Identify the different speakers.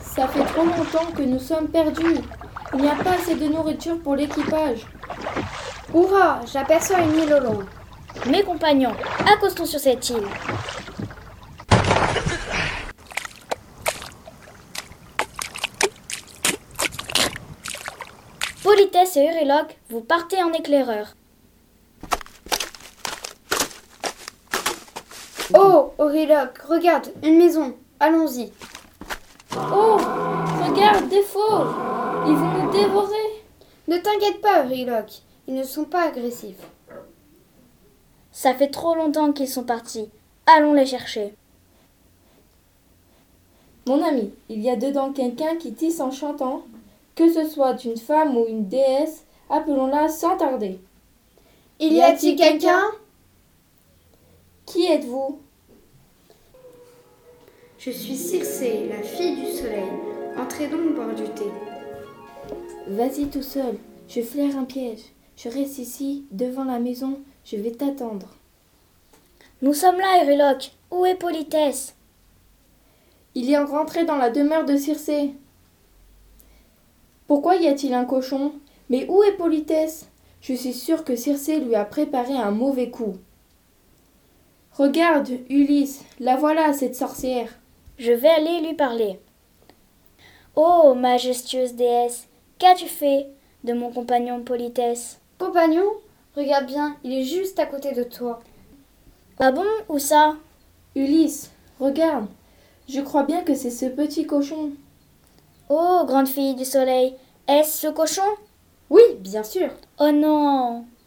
Speaker 1: Ça fait trop longtemps que nous sommes perdus. Il n'y a pas assez de nourriture pour l'équipage.
Speaker 2: Hurrah J'aperçois une île au loin.
Speaker 3: Mes compagnons, accostons sur cette île. Politesse et Uriloque, vous partez en éclaireur.
Speaker 2: Oh, Auriloc, regarde, une maison. Allons-y.
Speaker 1: Oh Regarde, des fauves Ils vont nous dévorer
Speaker 2: Ne t'inquiète pas, Auriloc. Ils ne sont pas agressifs.
Speaker 3: Ça fait trop longtemps qu'ils sont partis. Allons les chercher.
Speaker 1: Mon ami, il y a dedans quelqu'un qui tisse en chantant. Que ce soit une femme ou une déesse, appelons-la sans tarder.
Speaker 2: Il y a-t-il quelqu'un
Speaker 1: Qui êtes-vous
Speaker 2: Je suis Circé, la fille du soleil. Entrez donc boire du thé.
Speaker 1: Vas-y tout seul, je flaire un piège. Je reste ici, devant la maison, je vais t'attendre.
Speaker 3: Nous sommes là, Uriloque. Où est Politesse
Speaker 1: Il est rentré dans la demeure de Circé. Pourquoi y a-t-il un cochon Mais où est Politesse Je suis sûre que Circé lui a préparé un mauvais coup. Regarde, Ulysse, la voilà, cette sorcière.
Speaker 3: Je vais aller lui parler. Oh, majestueuse déesse, qu'as-tu fait de mon compagnon Politesse
Speaker 2: Compagnon Regarde bien, il est juste à côté de toi.
Speaker 3: Ah bon Où ça
Speaker 1: Ulysse, regarde. Je crois bien que c'est ce petit cochon.
Speaker 3: Oh, grande fille du soleil, est-ce ce cochon
Speaker 2: Oui, bien sûr.
Speaker 3: Oh non